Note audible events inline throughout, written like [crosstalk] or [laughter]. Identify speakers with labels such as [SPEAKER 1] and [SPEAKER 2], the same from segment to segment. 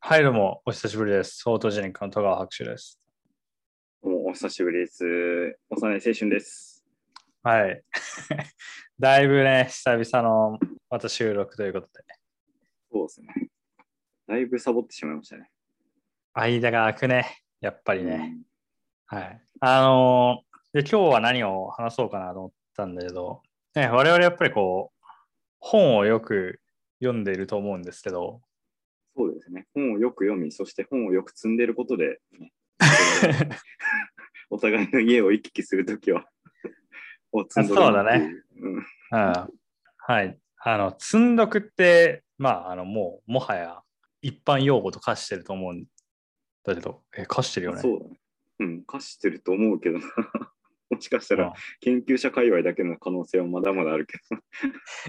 [SPEAKER 1] はい、どうも、お久しぶりです。フォートジェニックの戸川博士です。
[SPEAKER 2] どうもお久しぶりです。幼い青春です。
[SPEAKER 1] はい。 [laughs] だいぶね、久々のまた収録ということで、
[SPEAKER 2] そうですね。だいぶサボってしまいましたね。
[SPEAKER 1] 間が空くね、やっぱり
[SPEAKER 2] う
[SPEAKER 1] ね。
[SPEAKER 2] ん
[SPEAKER 1] はい。あのーで、今日は何を話そうかなと思ったんだけど、ね、我々やっぱりこう、本をよく読んでいると思うんですけど、
[SPEAKER 2] そうですね。本をよく読み、そして本をよく積んでることで、ね [laughs] お互いの家を行き来するときは、を積んどるなって
[SPEAKER 1] あ
[SPEAKER 2] いう。うん
[SPEAKER 1] うん、はい。あの、積んどくって、まあ、あの、もう、もはや一般用語と化してると思うんだけど、え、化してるよね。
[SPEAKER 2] そうだね。うん、貸してると思うけどな。 [laughs] もしかした
[SPEAKER 1] うん
[SPEAKER 2] ら研究者界隈だけの可能性はまだまだあるけど。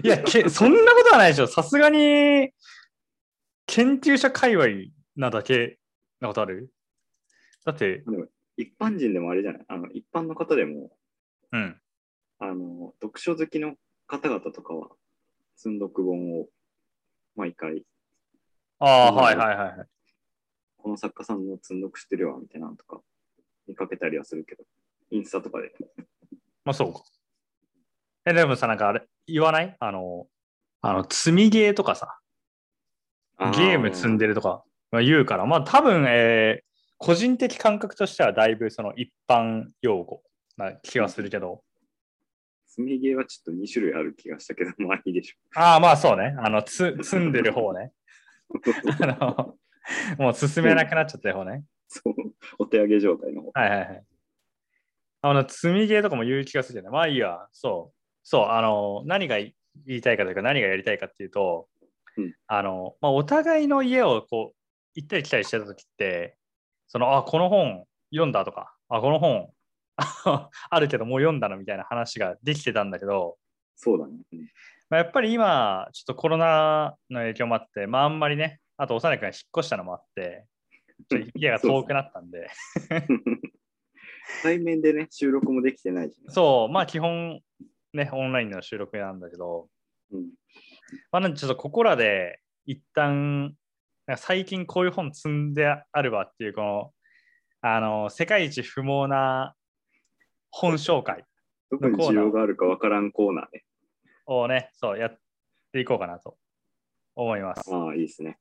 [SPEAKER 1] いや、けそんなことはないでしょ。さすがに、研究者界隈なだけなことあるだって、
[SPEAKER 2] 一般人でもあれじゃないあの一般の方でも
[SPEAKER 1] うん。
[SPEAKER 2] あの、読書好きの方々とかは、積読本を毎回、
[SPEAKER 1] ああ、
[SPEAKER 2] うん
[SPEAKER 1] はいはいはいはい。
[SPEAKER 2] この作家さんの積読してるわ、みたいなのとか、見かけたりはするけど、インスタとかで。
[SPEAKER 1] まあそうか。え、でもさ、なんかあれ、言わないあの、あの、積みゲーとかさ、ゲーム積ん
[SPEAKER 2] で。
[SPEAKER 1] でるとかまあ言うから、まあ多分、えー個人的感覚としてはだいぶその一般用語な気がするけど、
[SPEAKER 2] 積みゲーはちょっと2種類ある気がしたけど、まあいいでしょ
[SPEAKER 1] ああ、まあそうね。あの、つ積んでる方ね。 [laughs]
[SPEAKER 2] う。
[SPEAKER 1] あの、もう進めなくなっちゃった方ね。
[SPEAKER 2] [laughs] そう、お手上げ状態の方。
[SPEAKER 1] はいはいはい。あの、積みゲーとかも言う気がするじゃない。まあいいや、そう。そう、あの、何が言いたいかというか、何がやりたいかっていうと、
[SPEAKER 2] うん
[SPEAKER 1] あの、まあ、お互いの家をこう、行ったり来たりしてた時って、その、あ、この本読んだとか、あ、この本 [laughs] あるけどもう読んだのみたいな話ができてたんだけど、
[SPEAKER 2] そうだね。うん
[SPEAKER 1] まあ、やっぱり今、ちょっとコロナの影響もあって、まああんまりね、あと幼い君が引っ越したのもあって、ちょっと家が遠くなったんで、
[SPEAKER 2] 対面でね、収録もできてないし、ね。
[SPEAKER 1] そう、まあ基本ね、オンラインの収録なんだけど、
[SPEAKER 2] うん。
[SPEAKER 1] まあなんでちょっとここらで一旦、なんか最近こういう本積んであるわっていう、この、あの、世界一不毛な本紹介
[SPEAKER 2] どこに需要があるかわからんコーナーね。
[SPEAKER 1] をね、そうやっていこうかなと思います。
[SPEAKER 2] ああ、いいですね。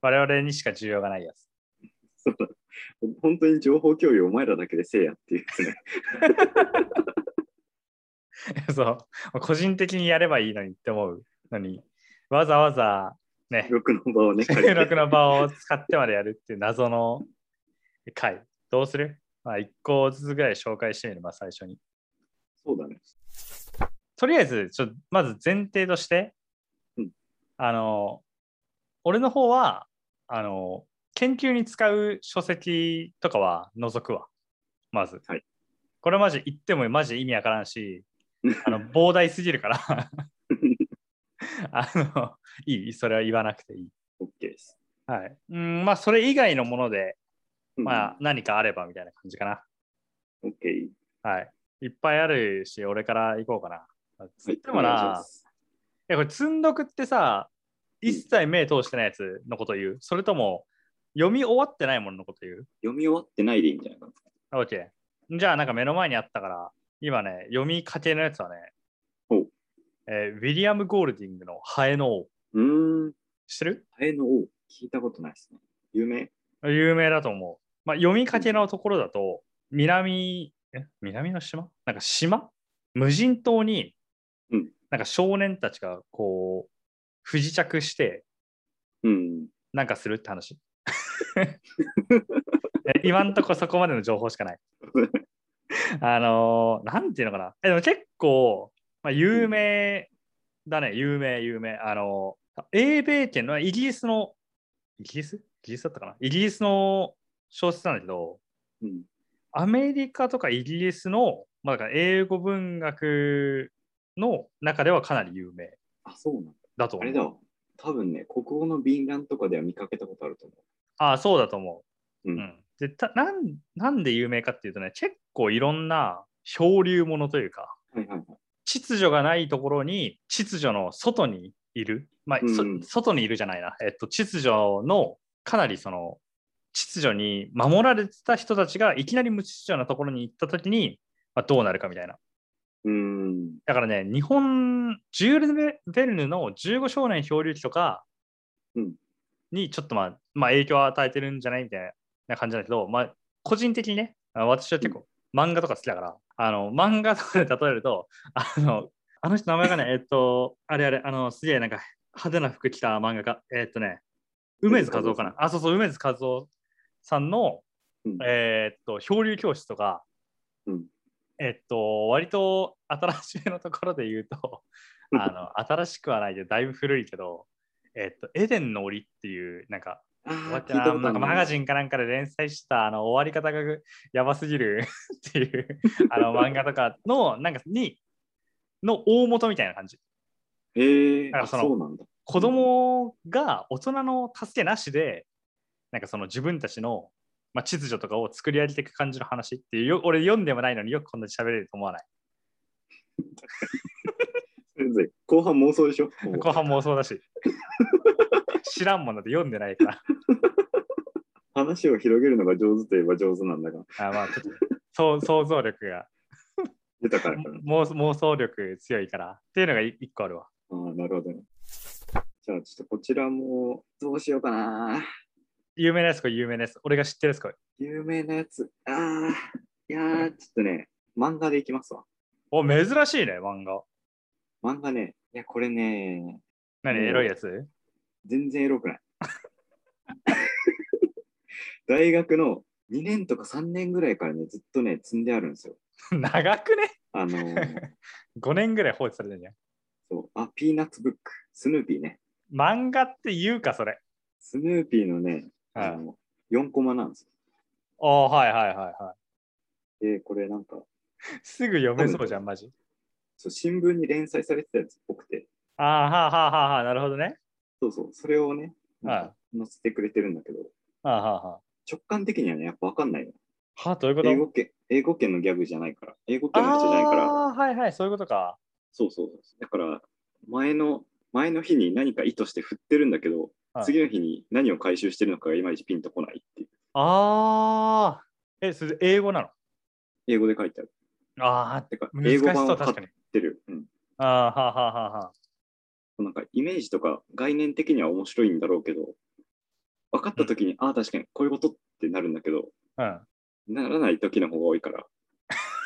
[SPEAKER 1] 我々にしか需要がないやつ。 [laughs]
[SPEAKER 2] そうだ本当に情報共有お前らだけでせいやっていうね。 [laughs]
[SPEAKER 1] そう、個人的にやればいいのにって思うのに、わざわざね、
[SPEAKER 2] 録の場をね、借
[SPEAKER 1] [laughs]
[SPEAKER 2] り
[SPEAKER 1] 収
[SPEAKER 2] て
[SPEAKER 1] 録の場を使ってまでやるっていう謎の回。どうするまあ、1個ずつぐらい紹介してみれば最初に。
[SPEAKER 2] そうだね。
[SPEAKER 1] とりあえず、ちょまず前提として、
[SPEAKER 2] うん
[SPEAKER 1] あの、俺の方は、あの、研究に使う書籍とかは除くわ。まず。
[SPEAKER 2] はい
[SPEAKER 1] これマジ言ってもマジ意味わからん
[SPEAKER 2] [laughs]
[SPEAKER 1] し、あの膨大すぎるから、 [laughs] あの、いい、それは言わなくていい。
[SPEAKER 2] OK です。
[SPEAKER 1] はい。うん、まあ、それ以外のもので、まあ
[SPEAKER 2] あ、
[SPEAKER 1] 何かあればみたいな感じかな。
[SPEAKER 2] OK。
[SPEAKER 1] はい。いっぱいあるし、俺から行こうかな。つっても
[SPEAKER 2] お願いし
[SPEAKER 1] な
[SPEAKER 2] ま、す
[SPEAKER 1] いやこれ積んどくってさ、
[SPEAKER 2] うん
[SPEAKER 1] 一切目通してないやつのこと言う。それとも、読み終わってないもののこと言う
[SPEAKER 2] 読み終わってないでいいんじゃないかな。
[SPEAKER 1] あ ?OK。じゃあ、なんか目の前にあったから、今ね、読みかけのやつはね
[SPEAKER 2] ほう、
[SPEAKER 1] えーウィリアム・ゴールディングのハエの王。
[SPEAKER 2] うーん。
[SPEAKER 1] 知ってる
[SPEAKER 2] ハエの王、聞いたことないですね。有名
[SPEAKER 1] 有名だと思う。まあ、読みかけのところだと、南、え南の島なんか島無人島に、
[SPEAKER 2] うん
[SPEAKER 1] なんか少年たちがこう、不時着して、
[SPEAKER 2] うん。
[SPEAKER 1] なんかするって話。 [laughs] え今んとこそこまでの情報しかない。あのーなんていうのかな。えでも結構、まあ、有名だね、有名、有名。あのー英米圏のイギリスの、イギリスイギリスだったかなイギリスの小説なんだけど、
[SPEAKER 2] うん。
[SPEAKER 1] アメリカとかイギリスの、まあ、だから英語文学の中ではかなり有名
[SPEAKER 2] あ、そうなんだ。
[SPEAKER 1] だと
[SPEAKER 2] あ
[SPEAKER 1] 思
[SPEAKER 2] れ
[SPEAKER 1] う。
[SPEAKER 2] だわ。多分ね、国語の敏感とかでは見かけたことあると思
[SPEAKER 1] ああ、そうだと思う。
[SPEAKER 2] うん
[SPEAKER 1] でたなんなんで有名かっていうとね、結構いろんな漂流ものというか、
[SPEAKER 2] う。はいはいはい。
[SPEAKER 1] 秩序がないところに、秩序の外にいる、まあ
[SPEAKER 2] うん
[SPEAKER 1] そ外にいるじゃないな、えっと、秩序のかなりその秩序に守られてた人たちがいきなり無秩序なところに行った時に、まあ、どうなるかみたいな
[SPEAKER 2] うん。
[SPEAKER 1] だからね日本ジュール・ベルヌの15少年漂流記とか
[SPEAKER 2] うん
[SPEAKER 1] にちょっとまあ、まあ、影響を与えてるんじゃないみたいな感じだけど、まあ、個人的にねあ私は結構漫画とか好きだからあの漫画とかで例えるとあのあの人名前 [laughs] がねえっとあれあれあのすげえなんか派手な服着た漫画家えっとね梅津和夫かなあそうそう梅津和夫さんの
[SPEAKER 2] うん
[SPEAKER 1] えーっと漂流教室とか、
[SPEAKER 2] うん
[SPEAKER 1] えっと割と新しめのところで言うとあの新しくはないでだいぶ古いけど、えっとエデンの檻っていうなんか
[SPEAKER 2] あー
[SPEAKER 1] わけ
[SPEAKER 2] 聞いたこ
[SPEAKER 1] な
[SPEAKER 2] とある
[SPEAKER 1] なんかマガジンかなんかで連載したあの終わり方がやばすぎる [laughs] っていうあ
[SPEAKER 2] [laughs]
[SPEAKER 1] の漫画とかのなんかにの大元みたいな感じ
[SPEAKER 2] へえ
[SPEAKER 1] なんかその
[SPEAKER 2] そうなんだ。
[SPEAKER 1] 子供が大人の助けなしでなんかその自分たちの、まあ、秩序とかを作り上げていく感じの話っていうよ俺読んでもないのによくこんなに喋れると思わない
[SPEAKER 2] 全然後半妄想でしょもう
[SPEAKER 1] 後半妄想だし [laughs] 知らんもんだって読んでないから
[SPEAKER 2] 話を広げるのが上手といえば上手なんだが、
[SPEAKER 1] あまあちょっとそう想像力が
[SPEAKER 2] 出たからかな。
[SPEAKER 1] 妄妄想力強いからっていうのがい一個あるわ
[SPEAKER 2] ああ、なるほどね。じゃあ、ちょっとこちらも、どうしようかな。
[SPEAKER 1] 有名なやつこれ有名なやつ俺が知ってるやつこれ
[SPEAKER 2] 有名なやつ。ああ、いやー、ちょっとね、漫画でいきますわ。
[SPEAKER 1] お珍しいね漫画
[SPEAKER 2] 漫画ね、いや、これね、
[SPEAKER 1] 何
[SPEAKER 2] うん
[SPEAKER 1] エロいやつ [laughs]
[SPEAKER 2] 全然エロくない。 [laughs] 大学の2年とか3年ぐらいからね、ずっとね、積んであるんですよ。
[SPEAKER 1] 長くね
[SPEAKER 2] あのー
[SPEAKER 1] [laughs] 5年ぐらい放置されてんじゃん
[SPEAKER 2] そう、あ、ピーナッツブック、スヌーピーね。
[SPEAKER 1] 漫画って言うかそれ
[SPEAKER 2] スヌーピーのね、
[SPEAKER 1] はい
[SPEAKER 2] あの4コマなんです
[SPEAKER 1] ああはいはいはいはい
[SPEAKER 2] よ。で、これなんか、
[SPEAKER 1] すぐ読めそうじゃん、マジ。
[SPEAKER 2] そう新聞に連載されてたやつっぽくて、
[SPEAKER 1] ああ、はあはあはあはあ、なるほどね。
[SPEAKER 2] そうそう、それをね、な
[SPEAKER 1] は
[SPEAKER 2] んか載せてくれてるんだけど、
[SPEAKER 1] ああはあは
[SPEAKER 2] 直感的にはね、やっぱ分かんないよ。
[SPEAKER 1] あ。はあ、どういうこと
[SPEAKER 2] 英語圏、英語圏のギャグじゃないから、英語圏の人じゃないから、
[SPEAKER 1] ああ、はいはい、そういうことか。
[SPEAKER 2] そうそうそう。だから、前の、前の日に何か意図して振ってるんだけど、
[SPEAKER 1] はい
[SPEAKER 2] 次の日に何を回収してるのかがいまいちピンとこないっていう。
[SPEAKER 1] ああ。え、それ英語なの
[SPEAKER 2] 英語で書いてある。
[SPEAKER 1] ああ、
[SPEAKER 2] てか、
[SPEAKER 1] 難し
[SPEAKER 2] 英語
[SPEAKER 1] そ
[SPEAKER 2] 版を
[SPEAKER 1] う、
[SPEAKER 2] 買っ
[SPEAKER 1] 確かに。
[SPEAKER 2] てる。うん。
[SPEAKER 1] ああ、はあはあはあはあ。
[SPEAKER 2] なんか、イメージとか概念的には面白いんだろうけど、分かった時に、ああ、確かにこういうことってなるんだけど、
[SPEAKER 1] うん、
[SPEAKER 2] ならない時の方が多
[SPEAKER 1] [laughs]
[SPEAKER 2] いから。 [laughs]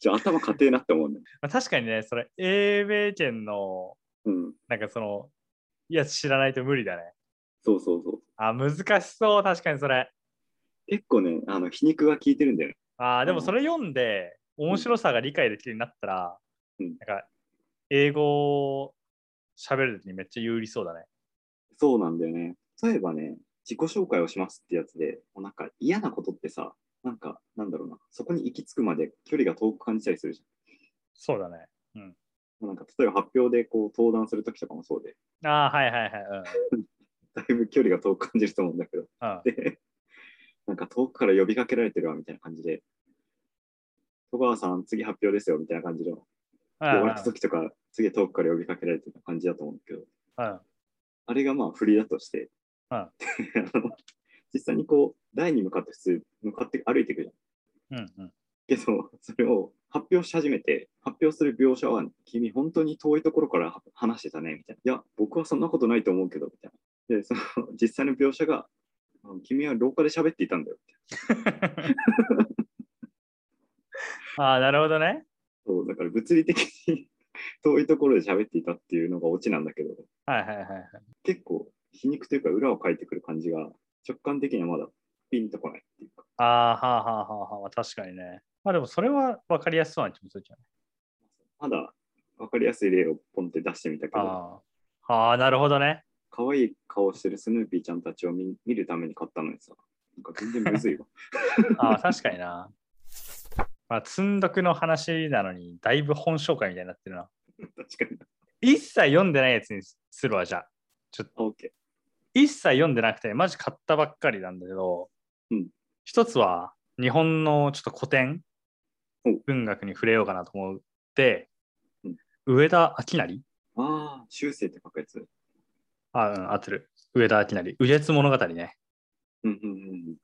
[SPEAKER 2] じゃあ頭固えなって思うね。
[SPEAKER 1] まあ確かにね、それ、英米圏の、
[SPEAKER 2] うん。
[SPEAKER 1] なんかその、いや、知らないと無理だね。
[SPEAKER 2] そうそうそう。
[SPEAKER 1] あー難しそう、確かにそれ。
[SPEAKER 2] 結構ね、あの皮肉が効いてるんだよね。
[SPEAKER 1] ああ、でも
[SPEAKER 2] うん
[SPEAKER 1] それ読んで、面白さが理解できるようになったら、
[SPEAKER 2] うん
[SPEAKER 1] なんか、英語を喋るにめっちゃ有利そうだね。
[SPEAKER 2] そうなんだよね。例えばね、自己紹介をしますってやつで、もうなんか嫌なことってさ、なんか、なんだろうな、そこに行き着くまで距離が遠く感じたりするじ
[SPEAKER 1] そうだね。
[SPEAKER 2] ゃん。もうなんか、例えば発表でこう登壇するときとかもそうで、
[SPEAKER 1] ああ、はいはいはい。うん。
[SPEAKER 2] だいぶ距離が遠く感じると思うんだけど、
[SPEAKER 1] うん、
[SPEAKER 2] で、なんか遠くから呼びかけられてるわ、みたいな感じで、戸川さん、次発表ですよ、みたいな感じの、
[SPEAKER 1] うん
[SPEAKER 2] 終わったときとか、次遠くから呼びかけられてる感じだと思うんだけど、
[SPEAKER 1] うん
[SPEAKER 2] あれがまあ振りだとして、
[SPEAKER 1] うん
[SPEAKER 2] [laughs] あの実際にこう、台に向かって普通、向かって歩いていくじゃん。
[SPEAKER 1] うんうん。
[SPEAKER 2] けど、それを発表し始めて、発表する描写は、君、本当に遠いところから話してたね、みたいな。いや、僕はそんなことないと思うけど、みたいな。で、その、実際の描写が、あの君は廊下で喋っていたんだよ、みた
[SPEAKER 1] ああ、なるほどね。
[SPEAKER 2] いな。そう、だから物理的に遠いところで喋っていたっていうのがオチなんだけど、
[SPEAKER 1] はいはいはいはい。
[SPEAKER 2] 結構、皮肉というか、裏をかいてくる感じが、直感的にはまだピンとこないっていうか。
[SPEAKER 1] ああ、はあはあはあはあ、確かにね。まあでもそれは分かりやすそうな気もするじゃん。
[SPEAKER 2] まだ、わかりやすい例をポンって出してみたけど、
[SPEAKER 1] ああ、ああなるほどね。
[SPEAKER 2] 可愛い顔してるスヌーピーちゃんたちを見見るために買ったのにさ、なんか全然
[SPEAKER 1] [laughs]
[SPEAKER 2] むずいわ。
[SPEAKER 1] ああ、確かにな。まあ、積んどくの話なのに、だいぶ本紹介みたいになってるな。
[SPEAKER 2] 確かに。
[SPEAKER 1] 一切読んでないやつにするわ、じゃあ。
[SPEAKER 2] あ、OK。
[SPEAKER 1] 一切読んでなくて、マジ買ったばっかりなんだけど、
[SPEAKER 2] うん
[SPEAKER 1] 一つは日本のちょっと古典
[SPEAKER 2] お
[SPEAKER 1] 文学に触れようかなと思って
[SPEAKER 2] うん、
[SPEAKER 1] 上田明成
[SPEAKER 2] あ修正って書くやつ。
[SPEAKER 1] あ、うん、合ってる。上田明成。右越物語ね。
[SPEAKER 2] うんうんうん
[SPEAKER 1] うん。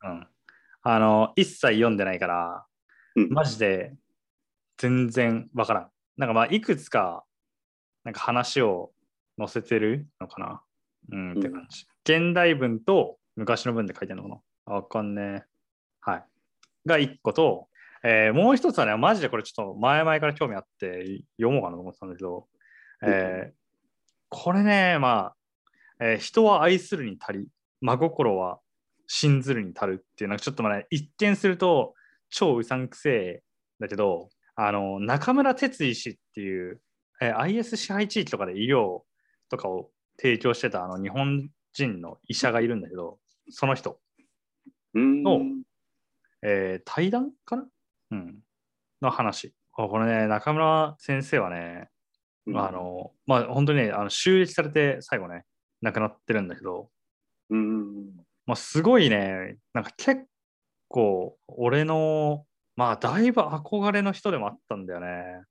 [SPEAKER 1] あの、一切読んでないから、
[SPEAKER 2] うん
[SPEAKER 1] マジで全然わからん。なんかまあ、いくつか、なんか話を載せてるのかな。うん、って感じ。現代文と昔の文で書いてるのかな。わかんねえ。はい。が1個と、えーもう一つはね、マジでこれちょっと前々から興味あって読もうかなと思ってたんだけど、えーこれね、まあ、えー人は愛するに足り、真心は信ずるに足るっていう、なんかちょっとまあね、一見すると超うさんくせえだけど、あの、中村哲医師っていう、えー IS 支配地域とかで医療とかを提供してたあの日本人の医者がいるんだけど、その人、 [laughs]
[SPEAKER 2] うん。う
[SPEAKER 1] の
[SPEAKER 2] ん。
[SPEAKER 1] えー対談かなうん。の話。あこれね、中村先生はね、あ、の、まあ本当にね、あの襲撃されて最後ね、亡くなってるんだけど、
[SPEAKER 2] うんうんうん。
[SPEAKER 1] まあ、すごいね、なんか結構、俺の、まあ、だいぶ憧れの人でもあったんだよね。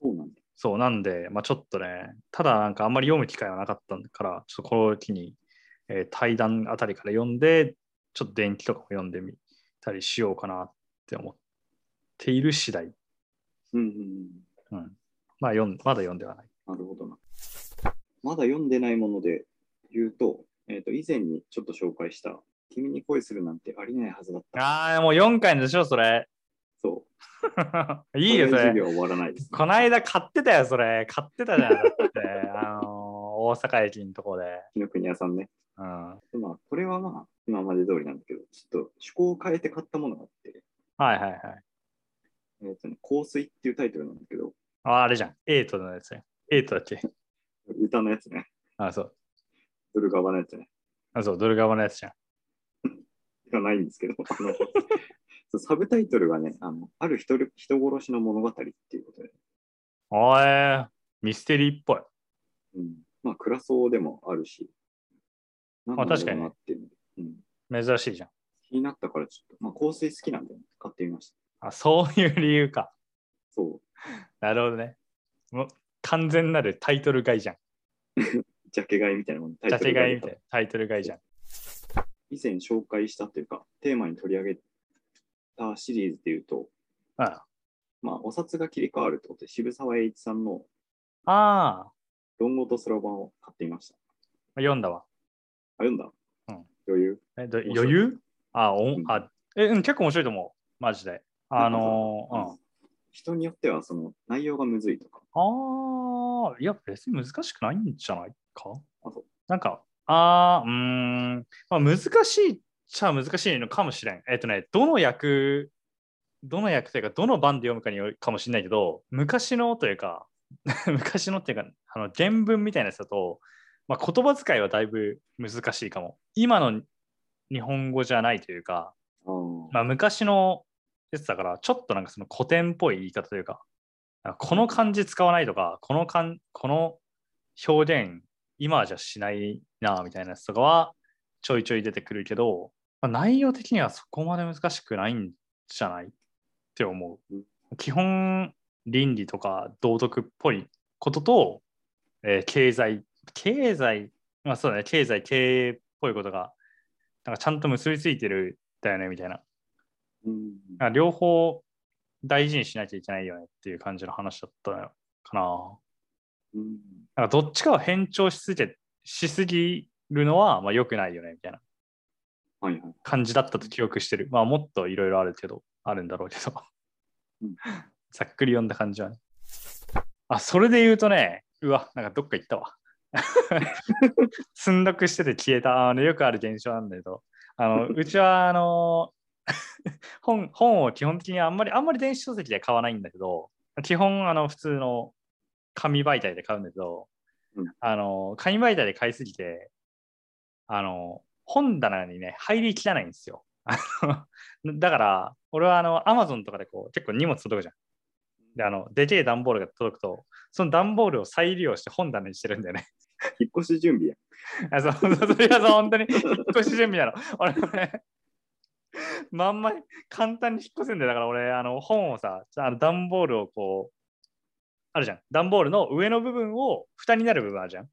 [SPEAKER 2] そうなんだ。
[SPEAKER 1] そう、なんで、まあ、ちょっとね、ただ、なんかあんまり読む機会はなかったから、ちょっとこの機に、えー対談あたりから読んで、ちょっと電気とかも読んでみたりしようかなって思っている次第。
[SPEAKER 2] うんうんうん。
[SPEAKER 1] うん。まあ、読んまだ読んではない。
[SPEAKER 2] なるほどな。まだ読んでないもので言うと、えっ、と、以前にちょっと紹介した、君に恋するなんてありえないはずだった。
[SPEAKER 1] ああ、もう4回でしょ、それ。 [laughs]
[SPEAKER 2] そう。
[SPEAKER 1] いいよ、
[SPEAKER 2] こ
[SPEAKER 1] それ
[SPEAKER 2] れ授。業は終わらないです。
[SPEAKER 1] こないだ買ってたよ、それ。買ってたじゃん。だって、 [laughs] あのー大阪駅のとこで。
[SPEAKER 2] 紀の国屋さんね。
[SPEAKER 1] うん。はい
[SPEAKER 2] でまあ、これはまあ、今まで通りなんだけど、ちょっと趣向を変えて買ったものがあって、
[SPEAKER 1] はいはい。
[SPEAKER 2] えっ、とね、香水っていうタイトルなんだけど、
[SPEAKER 1] ああれじゃん。エイトのやつね。エイトだっけ
[SPEAKER 2] 歌のやつね。
[SPEAKER 1] あ、そう。
[SPEAKER 2] ドルガバのやつね。
[SPEAKER 1] あ、そう。ドルガバのやつじゃん。
[SPEAKER 2] がないんですけど、あ
[SPEAKER 1] [laughs]
[SPEAKER 2] のそうサブタイトルがね、あのある人る人殺しの物語っていうことで、
[SPEAKER 1] おえミステリーっぽい。
[SPEAKER 2] うん、まあ、暗そうでもあるし、なんだろう
[SPEAKER 1] 確かに
[SPEAKER 2] なっていうのうん、
[SPEAKER 1] 珍しいじゃん。
[SPEAKER 2] 気になったから、ちょっと、まあ、香水好きなんで、買ってみました。
[SPEAKER 1] あ、そういう理由か。
[SPEAKER 2] そう、
[SPEAKER 1] なるほどね。もう完全なるタイトル買いじゃん。
[SPEAKER 2] ジャケ買いみたいなもの、タ
[SPEAKER 1] ジャケ買いみたい
[SPEAKER 2] 買
[SPEAKER 1] なタイトル買いじゃん。
[SPEAKER 2] 以前紹介したというか、テーマに取り上げたシリーズでいうと、
[SPEAKER 1] うん、
[SPEAKER 2] まあ、お札が切り替わるってことで、渋沢栄一さんの
[SPEAKER 1] ああ、
[SPEAKER 2] 論語とそろばんを買ってみました。
[SPEAKER 1] 読んだわ。
[SPEAKER 2] あ、読んだ、
[SPEAKER 1] うん
[SPEAKER 2] 余裕
[SPEAKER 1] えど
[SPEAKER 2] 面
[SPEAKER 1] 余
[SPEAKER 2] 白い
[SPEAKER 1] 裕あお、
[SPEAKER 2] うん
[SPEAKER 1] あえ、うん、結構面白いと思う。マジで。あのー、うん。
[SPEAKER 2] 人によってはその内容がむずいとか、
[SPEAKER 1] ああ、いや、別に難しくないんじゃないか
[SPEAKER 2] あそう
[SPEAKER 1] なんか、ああ、うーん、まあ、難しいっちゃ難しいのかもしれん。えっ、とね、どの役、どの役というか、どの番で読むかによるかもしれないけど、昔のというか、 [laughs] 昔のっていうか、あの原文みたいなやつだと、まあ、言葉遣いはだいぶ難しいかも。今の日本語じゃないというか、
[SPEAKER 2] あー
[SPEAKER 1] まあ、昔のやつだから、ちょっとなんかその古典っぽい言い方というか、なんかこの漢字使わないとか、このかんこの表現、今じゃしないなみたいなやつとかはちょいちょい出てくるけど、まあ、内容的にはそこまで難しくないんじゃないって思
[SPEAKER 2] う
[SPEAKER 1] う。基本、倫理とか道徳っぽいことと、えー経済、経済、まあそうだね、経済、経営っぽいことが、なんかちゃんと結びついてるんだよね、みたいな。
[SPEAKER 2] うん
[SPEAKER 1] なんか両方大事にしなきゃいけないよねっていう感じの話だったのかな。
[SPEAKER 2] うん
[SPEAKER 1] なんかどっちかを偏重しすぎてしすぎるのはまあ良くないよねみたいな
[SPEAKER 2] はいはい。
[SPEAKER 1] 感じだったと記憶してる。まあもっといろいろあるけど、あるんだろうけど
[SPEAKER 2] うん。
[SPEAKER 1] ざっくり読んだ感じはね。あ、それで言うとね、うわ、なんかどっか行ったわ。 [laughs] 寸読してて消えた、あのよくある現象なんだけど、あ
[SPEAKER 2] [laughs]
[SPEAKER 1] のうちはあの [laughs] 本本を基本的にあんまりあんまり電子書籍で買わないんだけど、基本あの普通の紙媒体で買うんだけど、
[SPEAKER 2] うん
[SPEAKER 1] あの紙媒体で買いすぎて、あの本棚にね、入りきらないんですよ。あのだから、俺はあの、アマゾンとかでこう、結構荷物届くじゃん。で、あの、でけえ段ボールが届くと、その段ボールを再利用して本棚にしてるんだよね。 [laughs]
[SPEAKER 2] 引っ越し準備や。
[SPEAKER 1] あそうそうそうそれはそう、本当に、引っ越し準備なの。俺もね、まんま簡単に引っ越せんだよ。だから俺、あの、本をさ、あの段ボールをこう、あるじゃん。段ボールの上の部分を蓋になる部分あるじゃん。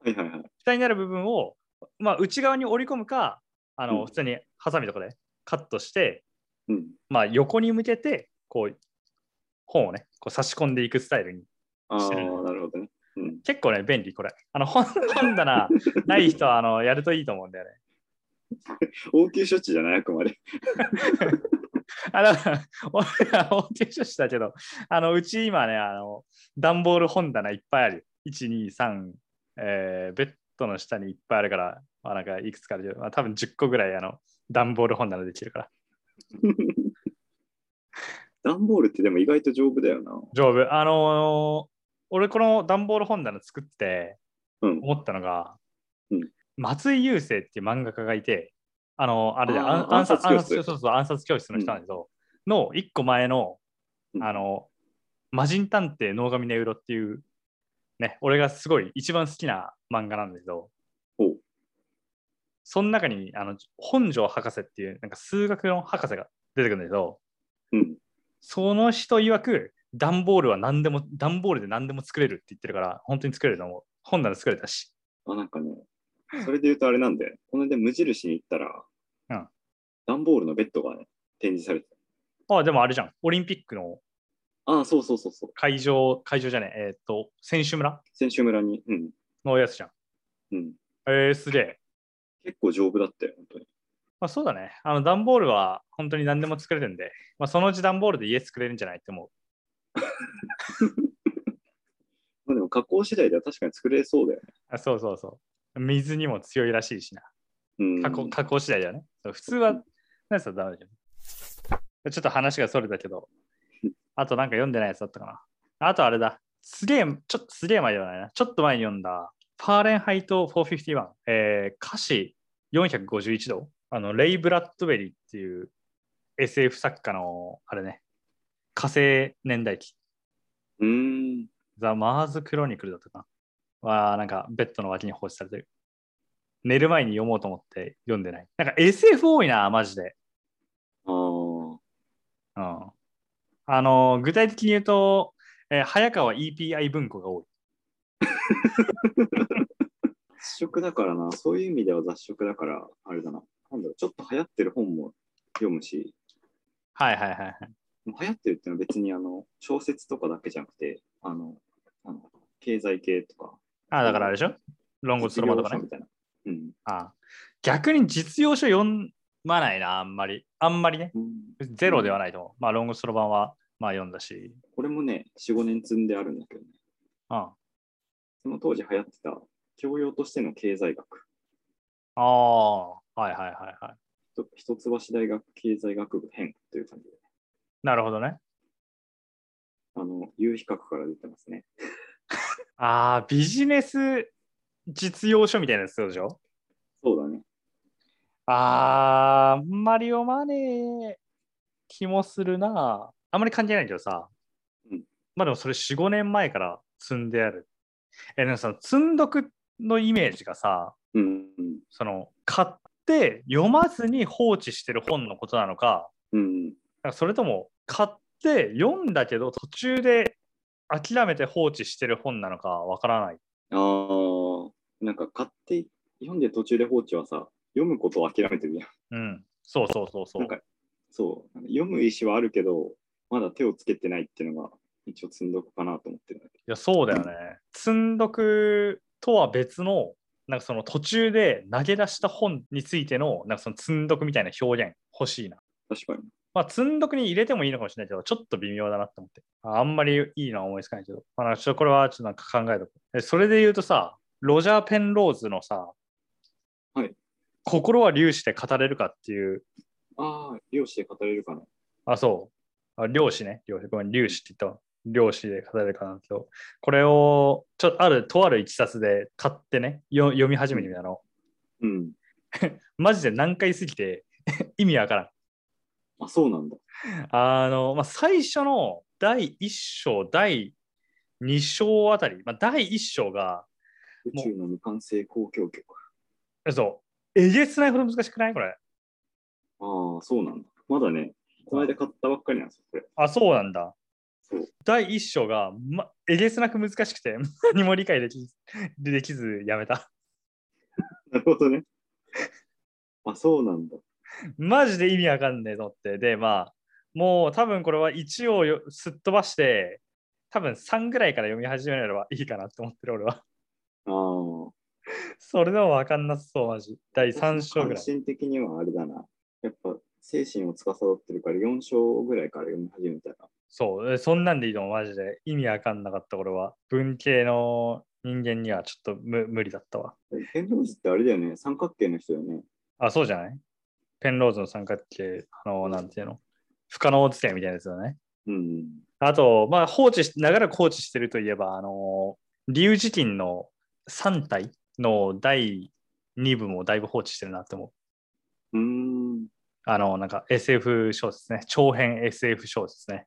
[SPEAKER 2] はいはいはい。
[SPEAKER 1] 蓋になる部分を、まあ、内側に折り込むか、あの、
[SPEAKER 2] うん
[SPEAKER 1] 普通にハサミとかでカットして、
[SPEAKER 2] うん。
[SPEAKER 1] まあ、横に向けて、こう、本をね、こう差し込んでいくスタイルに。
[SPEAKER 2] ああ、
[SPEAKER 1] 知らない
[SPEAKER 2] なるほどね。うん。
[SPEAKER 1] 結構ね、便利、これ。あの、
[SPEAKER 2] [laughs]
[SPEAKER 1] 本本棚ない人は、あの、やるといいと思うんだよね。
[SPEAKER 2] 応急処置じゃない、あくまで。 [laughs]
[SPEAKER 1] あ、だから、俺ら応急処置だけど、あの、うち今ね、あの、段ボール本棚いっぱいある。1、2、3、えーベッドの下にいっぱいあるから、まあ、なんかいくつかあるけど、まあ、多分10個ぐらい、あの、段ボール本棚できるから。
[SPEAKER 2] 段ボールってでも意外と丈夫だよな。
[SPEAKER 1] 丈夫。あのー俺この段ボール本棚作って
[SPEAKER 2] うん
[SPEAKER 1] 思ったのが、
[SPEAKER 2] うん
[SPEAKER 1] 松井優生っていう漫画家がいて、あのーあれで
[SPEAKER 2] あー
[SPEAKER 1] 暗暗殺
[SPEAKER 2] 暗
[SPEAKER 1] 暗
[SPEAKER 2] 殺教室
[SPEAKER 1] 殺そうそう暗殺教室の人なんだけど、の一個前の、
[SPEAKER 2] うん
[SPEAKER 1] あのー魔人探偵能神ネウロっていう、ね、俺がすごい一番好きな漫画なんだけど、
[SPEAKER 2] ほう
[SPEAKER 1] その中にあの本庄博士っていうなんか数学の博士が出てくるんだけど、
[SPEAKER 2] うん。
[SPEAKER 1] その人曰く、段ボールは何でも、段ボールで何でも作れるって言ってるから、本当に作れると思う。本棚作れたし。
[SPEAKER 2] あ、なんかね、それで言うとあれなんで、この間無印に行ったら、
[SPEAKER 1] うん
[SPEAKER 2] 段ボールのベッドがね、展示されてた。
[SPEAKER 1] ああ、でもあれじゃん。オリンピックの
[SPEAKER 2] ああ、そうそうそうそう。
[SPEAKER 1] 会場、会場じゃねえ、えーっと、選手村
[SPEAKER 2] 選手村に。うん。
[SPEAKER 1] のやつじゃん。
[SPEAKER 2] うん。
[SPEAKER 1] えー、すげえ。
[SPEAKER 2] 結構丈夫だったよ、本当に。
[SPEAKER 1] まあそうだね。あの、段ボールは本当に何でも作れるんで、まあそのうち段ボールで家作れるんじゃないって思う。
[SPEAKER 2] まあでも加工次第では確かに作れそうだよね。
[SPEAKER 1] あそうそうそう。水にも強いらしいしな。
[SPEAKER 2] うん。
[SPEAKER 1] 加工加工次第だよね。そう普通は、なんさ、ダメだよね。ちょっと話がそれたけど、あとなんか読んでないやつだったかな。あとあれだ。すげえ、ちょっとすげえ前ではないな。ちょっと前に読んだ、ファーレンハイト451、えー、歌詞451度、あの、レイ・ブラッドベリーっていう SF 作家の、あれね、火星年代記、
[SPEAKER 2] うーん。
[SPEAKER 1] ザ・マーズ・クロニクルだったかな。は、なんかベッドの脇に放置されてる。寝る前に読もうと思って読んでない。なんか SF 多いな、マジで。う
[SPEAKER 2] ああ。
[SPEAKER 1] ん。あのー、具体的に言うと、えー早川 EPI 文庫が多い。
[SPEAKER 2] 雑食だからな、そういう意味では雑食だから、あれだな。なんだろう、ちょっと流行ってる本も読むし、
[SPEAKER 1] はいはいはいはい。
[SPEAKER 2] 流行ってるってのは別にあの小説とかだけじゃなくて、あの、あの経済系とか、
[SPEAKER 1] あーだからあれでしょ論語つ
[SPEAKER 2] 実
[SPEAKER 1] ろばと
[SPEAKER 2] 業
[SPEAKER 1] か
[SPEAKER 2] 者
[SPEAKER 1] ね
[SPEAKER 2] み。たいな。うん。
[SPEAKER 1] あー逆に実用書読まないな、あんまり。あんまりね。
[SPEAKER 2] うん
[SPEAKER 1] ゼロではないと思う。まあ、論語そろばんは、まあ、読んだし。
[SPEAKER 2] これもね、4、5年積んであるんだけどね。
[SPEAKER 1] うん。
[SPEAKER 2] その当時流行ってた、教養としての経済学。
[SPEAKER 1] ああ、はいはいはいはい。
[SPEAKER 2] と一橋大学経済学部編という感じで、
[SPEAKER 1] なるほどね。
[SPEAKER 2] あの、有比較から出てますね。
[SPEAKER 1] ああ、ビジネス実用書みたいなやつでしょ
[SPEAKER 2] そうだね。
[SPEAKER 1] ああー、あんまり読まねえ気もするな。あんまり関係ないけどさ。
[SPEAKER 2] うん
[SPEAKER 1] まあでもそれ4、5年前から積んである。え、でもその積んどくのイメージがさ、
[SPEAKER 2] うん。うん
[SPEAKER 1] その買って読まずに放置してる本のことなのか、
[SPEAKER 2] うん。
[SPEAKER 1] なんかそれとも買って読んだけど途中で諦めて放置してる本なのかわからない。
[SPEAKER 2] ああ、なんか買って、読んで途中で放置はさ、読むことを諦めてるやん。
[SPEAKER 1] うん。そうそうそうそう。
[SPEAKER 2] なんか、そう、読む意思はあるけど、まだ手をつけてないっていうのが、一応積んどくかなと思ってるんだけ
[SPEAKER 1] いや、そうだよね。積んどくとは別の、なんかその途中で投げ出した本についての、なんかその積んどくみたいな表現欲しいな。
[SPEAKER 2] ど、確かに。
[SPEAKER 1] まあ、積んどくに入れてもいいのかもしれないけど、ちょっと微妙だなって思って。ああんまりいいのは思いつかないけど、まあ、なんかちょっとこれはちょっとなんか考えとく。えそれで言うとさ、ロジャー・ペンローズのさ、
[SPEAKER 2] はい
[SPEAKER 1] 心は粒子で語れるかっていう、
[SPEAKER 2] ああ、漁師で語れるかな。
[SPEAKER 1] あ、そう。あ、量子ね。量子。ごめん、粒子って言ったわ。量子で語れるかなんですけど、これを、ちょある、とある一冊で買ってね、よ読み始めてみたの。
[SPEAKER 2] うん。
[SPEAKER 1] マジで難解すぎて、 [laughs] 意味わからん。
[SPEAKER 2] あ、そうなんだ。
[SPEAKER 1] あの、まあ、最初の第1章、第2章あたり、まあ、第1章が、
[SPEAKER 2] 宇
[SPEAKER 1] もう
[SPEAKER 2] 宙の未完成公共曲。
[SPEAKER 1] えそう、えげつないほど難しくないこれ。
[SPEAKER 2] ああ、そうなんだ。まだね、この間買ったばっかりなんですよ、これ。
[SPEAKER 1] あ、そうなんだ。
[SPEAKER 2] そう
[SPEAKER 1] 第1章が、ま、えげつなく難しくて、何も理解できできずやめた。
[SPEAKER 2] なるほどね。 [laughs] あ、そうなんだ。
[SPEAKER 1] マジで意味わかんねえと思って。で、まあ、もう多分これは1をよすっ飛ばして、多分3ぐらいから読み始めればいいかなって思ってる俺は。 [laughs]
[SPEAKER 2] ああ。
[SPEAKER 1] それでもわかんなさそう、マジ。第3章ぐらい。
[SPEAKER 2] 精神的にはあれだな。やっぱ精神を司ってるから4章ぐらいから読み始めたら。
[SPEAKER 1] そう、えそんなんでいいと思う、マジで。意味わかんなかった、俺は。文系の人間にはちょっと無無理だったわ。
[SPEAKER 2] ペンローズってあれだよね。三角形の人だよね。
[SPEAKER 1] あ、そうじゃないペンローズの三角形、あの、なんていうの不可能地点みたいなやつだね。
[SPEAKER 2] うん。
[SPEAKER 1] あと、まあ、放置し、長らく放置してるといえば、あの、龍磁金の3体の第2部もだいぶ放置してるなって思う。
[SPEAKER 2] うーん。
[SPEAKER 1] あの、なんか SF 小説ね。長編 SF 小説ね。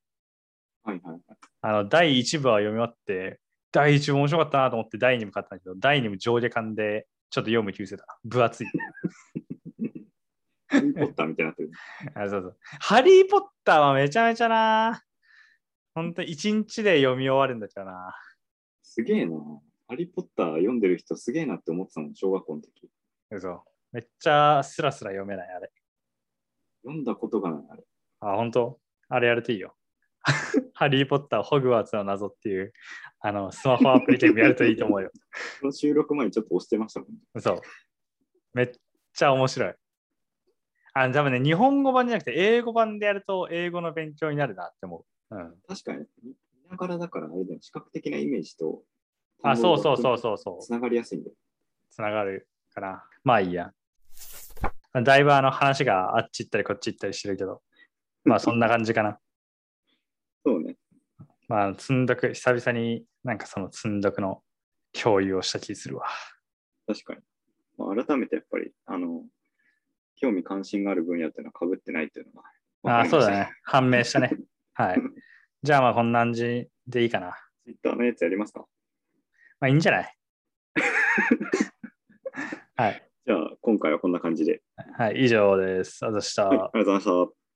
[SPEAKER 2] はいはいはい。
[SPEAKER 1] あの、第1部は読み終わって、第1部面白かったなと思って第2部買ったんだけど、第2部上下巻でちょっと読む気失せた。分厚い。 [laughs]
[SPEAKER 2] ハリー・ポッターみたいになってる。
[SPEAKER 1] あそうそう。ハリー・ポッターはめちゃめちゃな。本当一日で読み終わるんだけどな。
[SPEAKER 2] すげえな。ハリー・ポッター読んでる人すげえなって思ってたもん、小学校の時。
[SPEAKER 1] 嘘。めっちゃスラスラ読めない、あれ。
[SPEAKER 2] 読んだことがない、あれ。
[SPEAKER 1] あ、本当あれやるといいよ。 [laughs] ハリー・ポッター、ホグワーツの謎っていう、あの、スマホアプリゲームやるといいと思うよ。
[SPEAKER 2] この収録前にちょっと押してましたもん、ね。
[SPEAKER 1] そう。めっちゃ面白い。あの、多分ね、日本語版じゃなくて、英語版でやると、英語の勉強になるなって思う。うん。
[SPEAKER 2] 確かに、見ながらだからあれだよ。視覚的なイメージと。
[SPEAKER 1] あ、そうそうそうそうそう。
[SPEAKER 2] つながりやすいんだよ。
[SPEAKER 1] つながるかな。まあいいや。だいぶあの話があっち行ったりこっち行ったりしてるけど、まあそんな感じかな。
[SPEAKER 2] そうね。
[SPEAKER 1] まあ積んどく、久々になんかその積んどくの共有をした気するわ。
[SPEAKER 2] 確かに。まあ、改めてやっぱり、あの、興味関心がある分野っていうのは被ってないっていうのが。
[SPEAKER 1] ああ、そうだね。。判明したね。はい。じゃあまあこんな感じでいいかな。
[SPEAKER 2] ツイッターのやつやりますか
[SPEAKER 1] まあいいんじゃない
[SPEAKER 2] じゃあ、今回はこんな感じで。
[SPEAKER 1] はい、以上です。あざした
[SPEAKER 2] はい、あ。りがとうございました。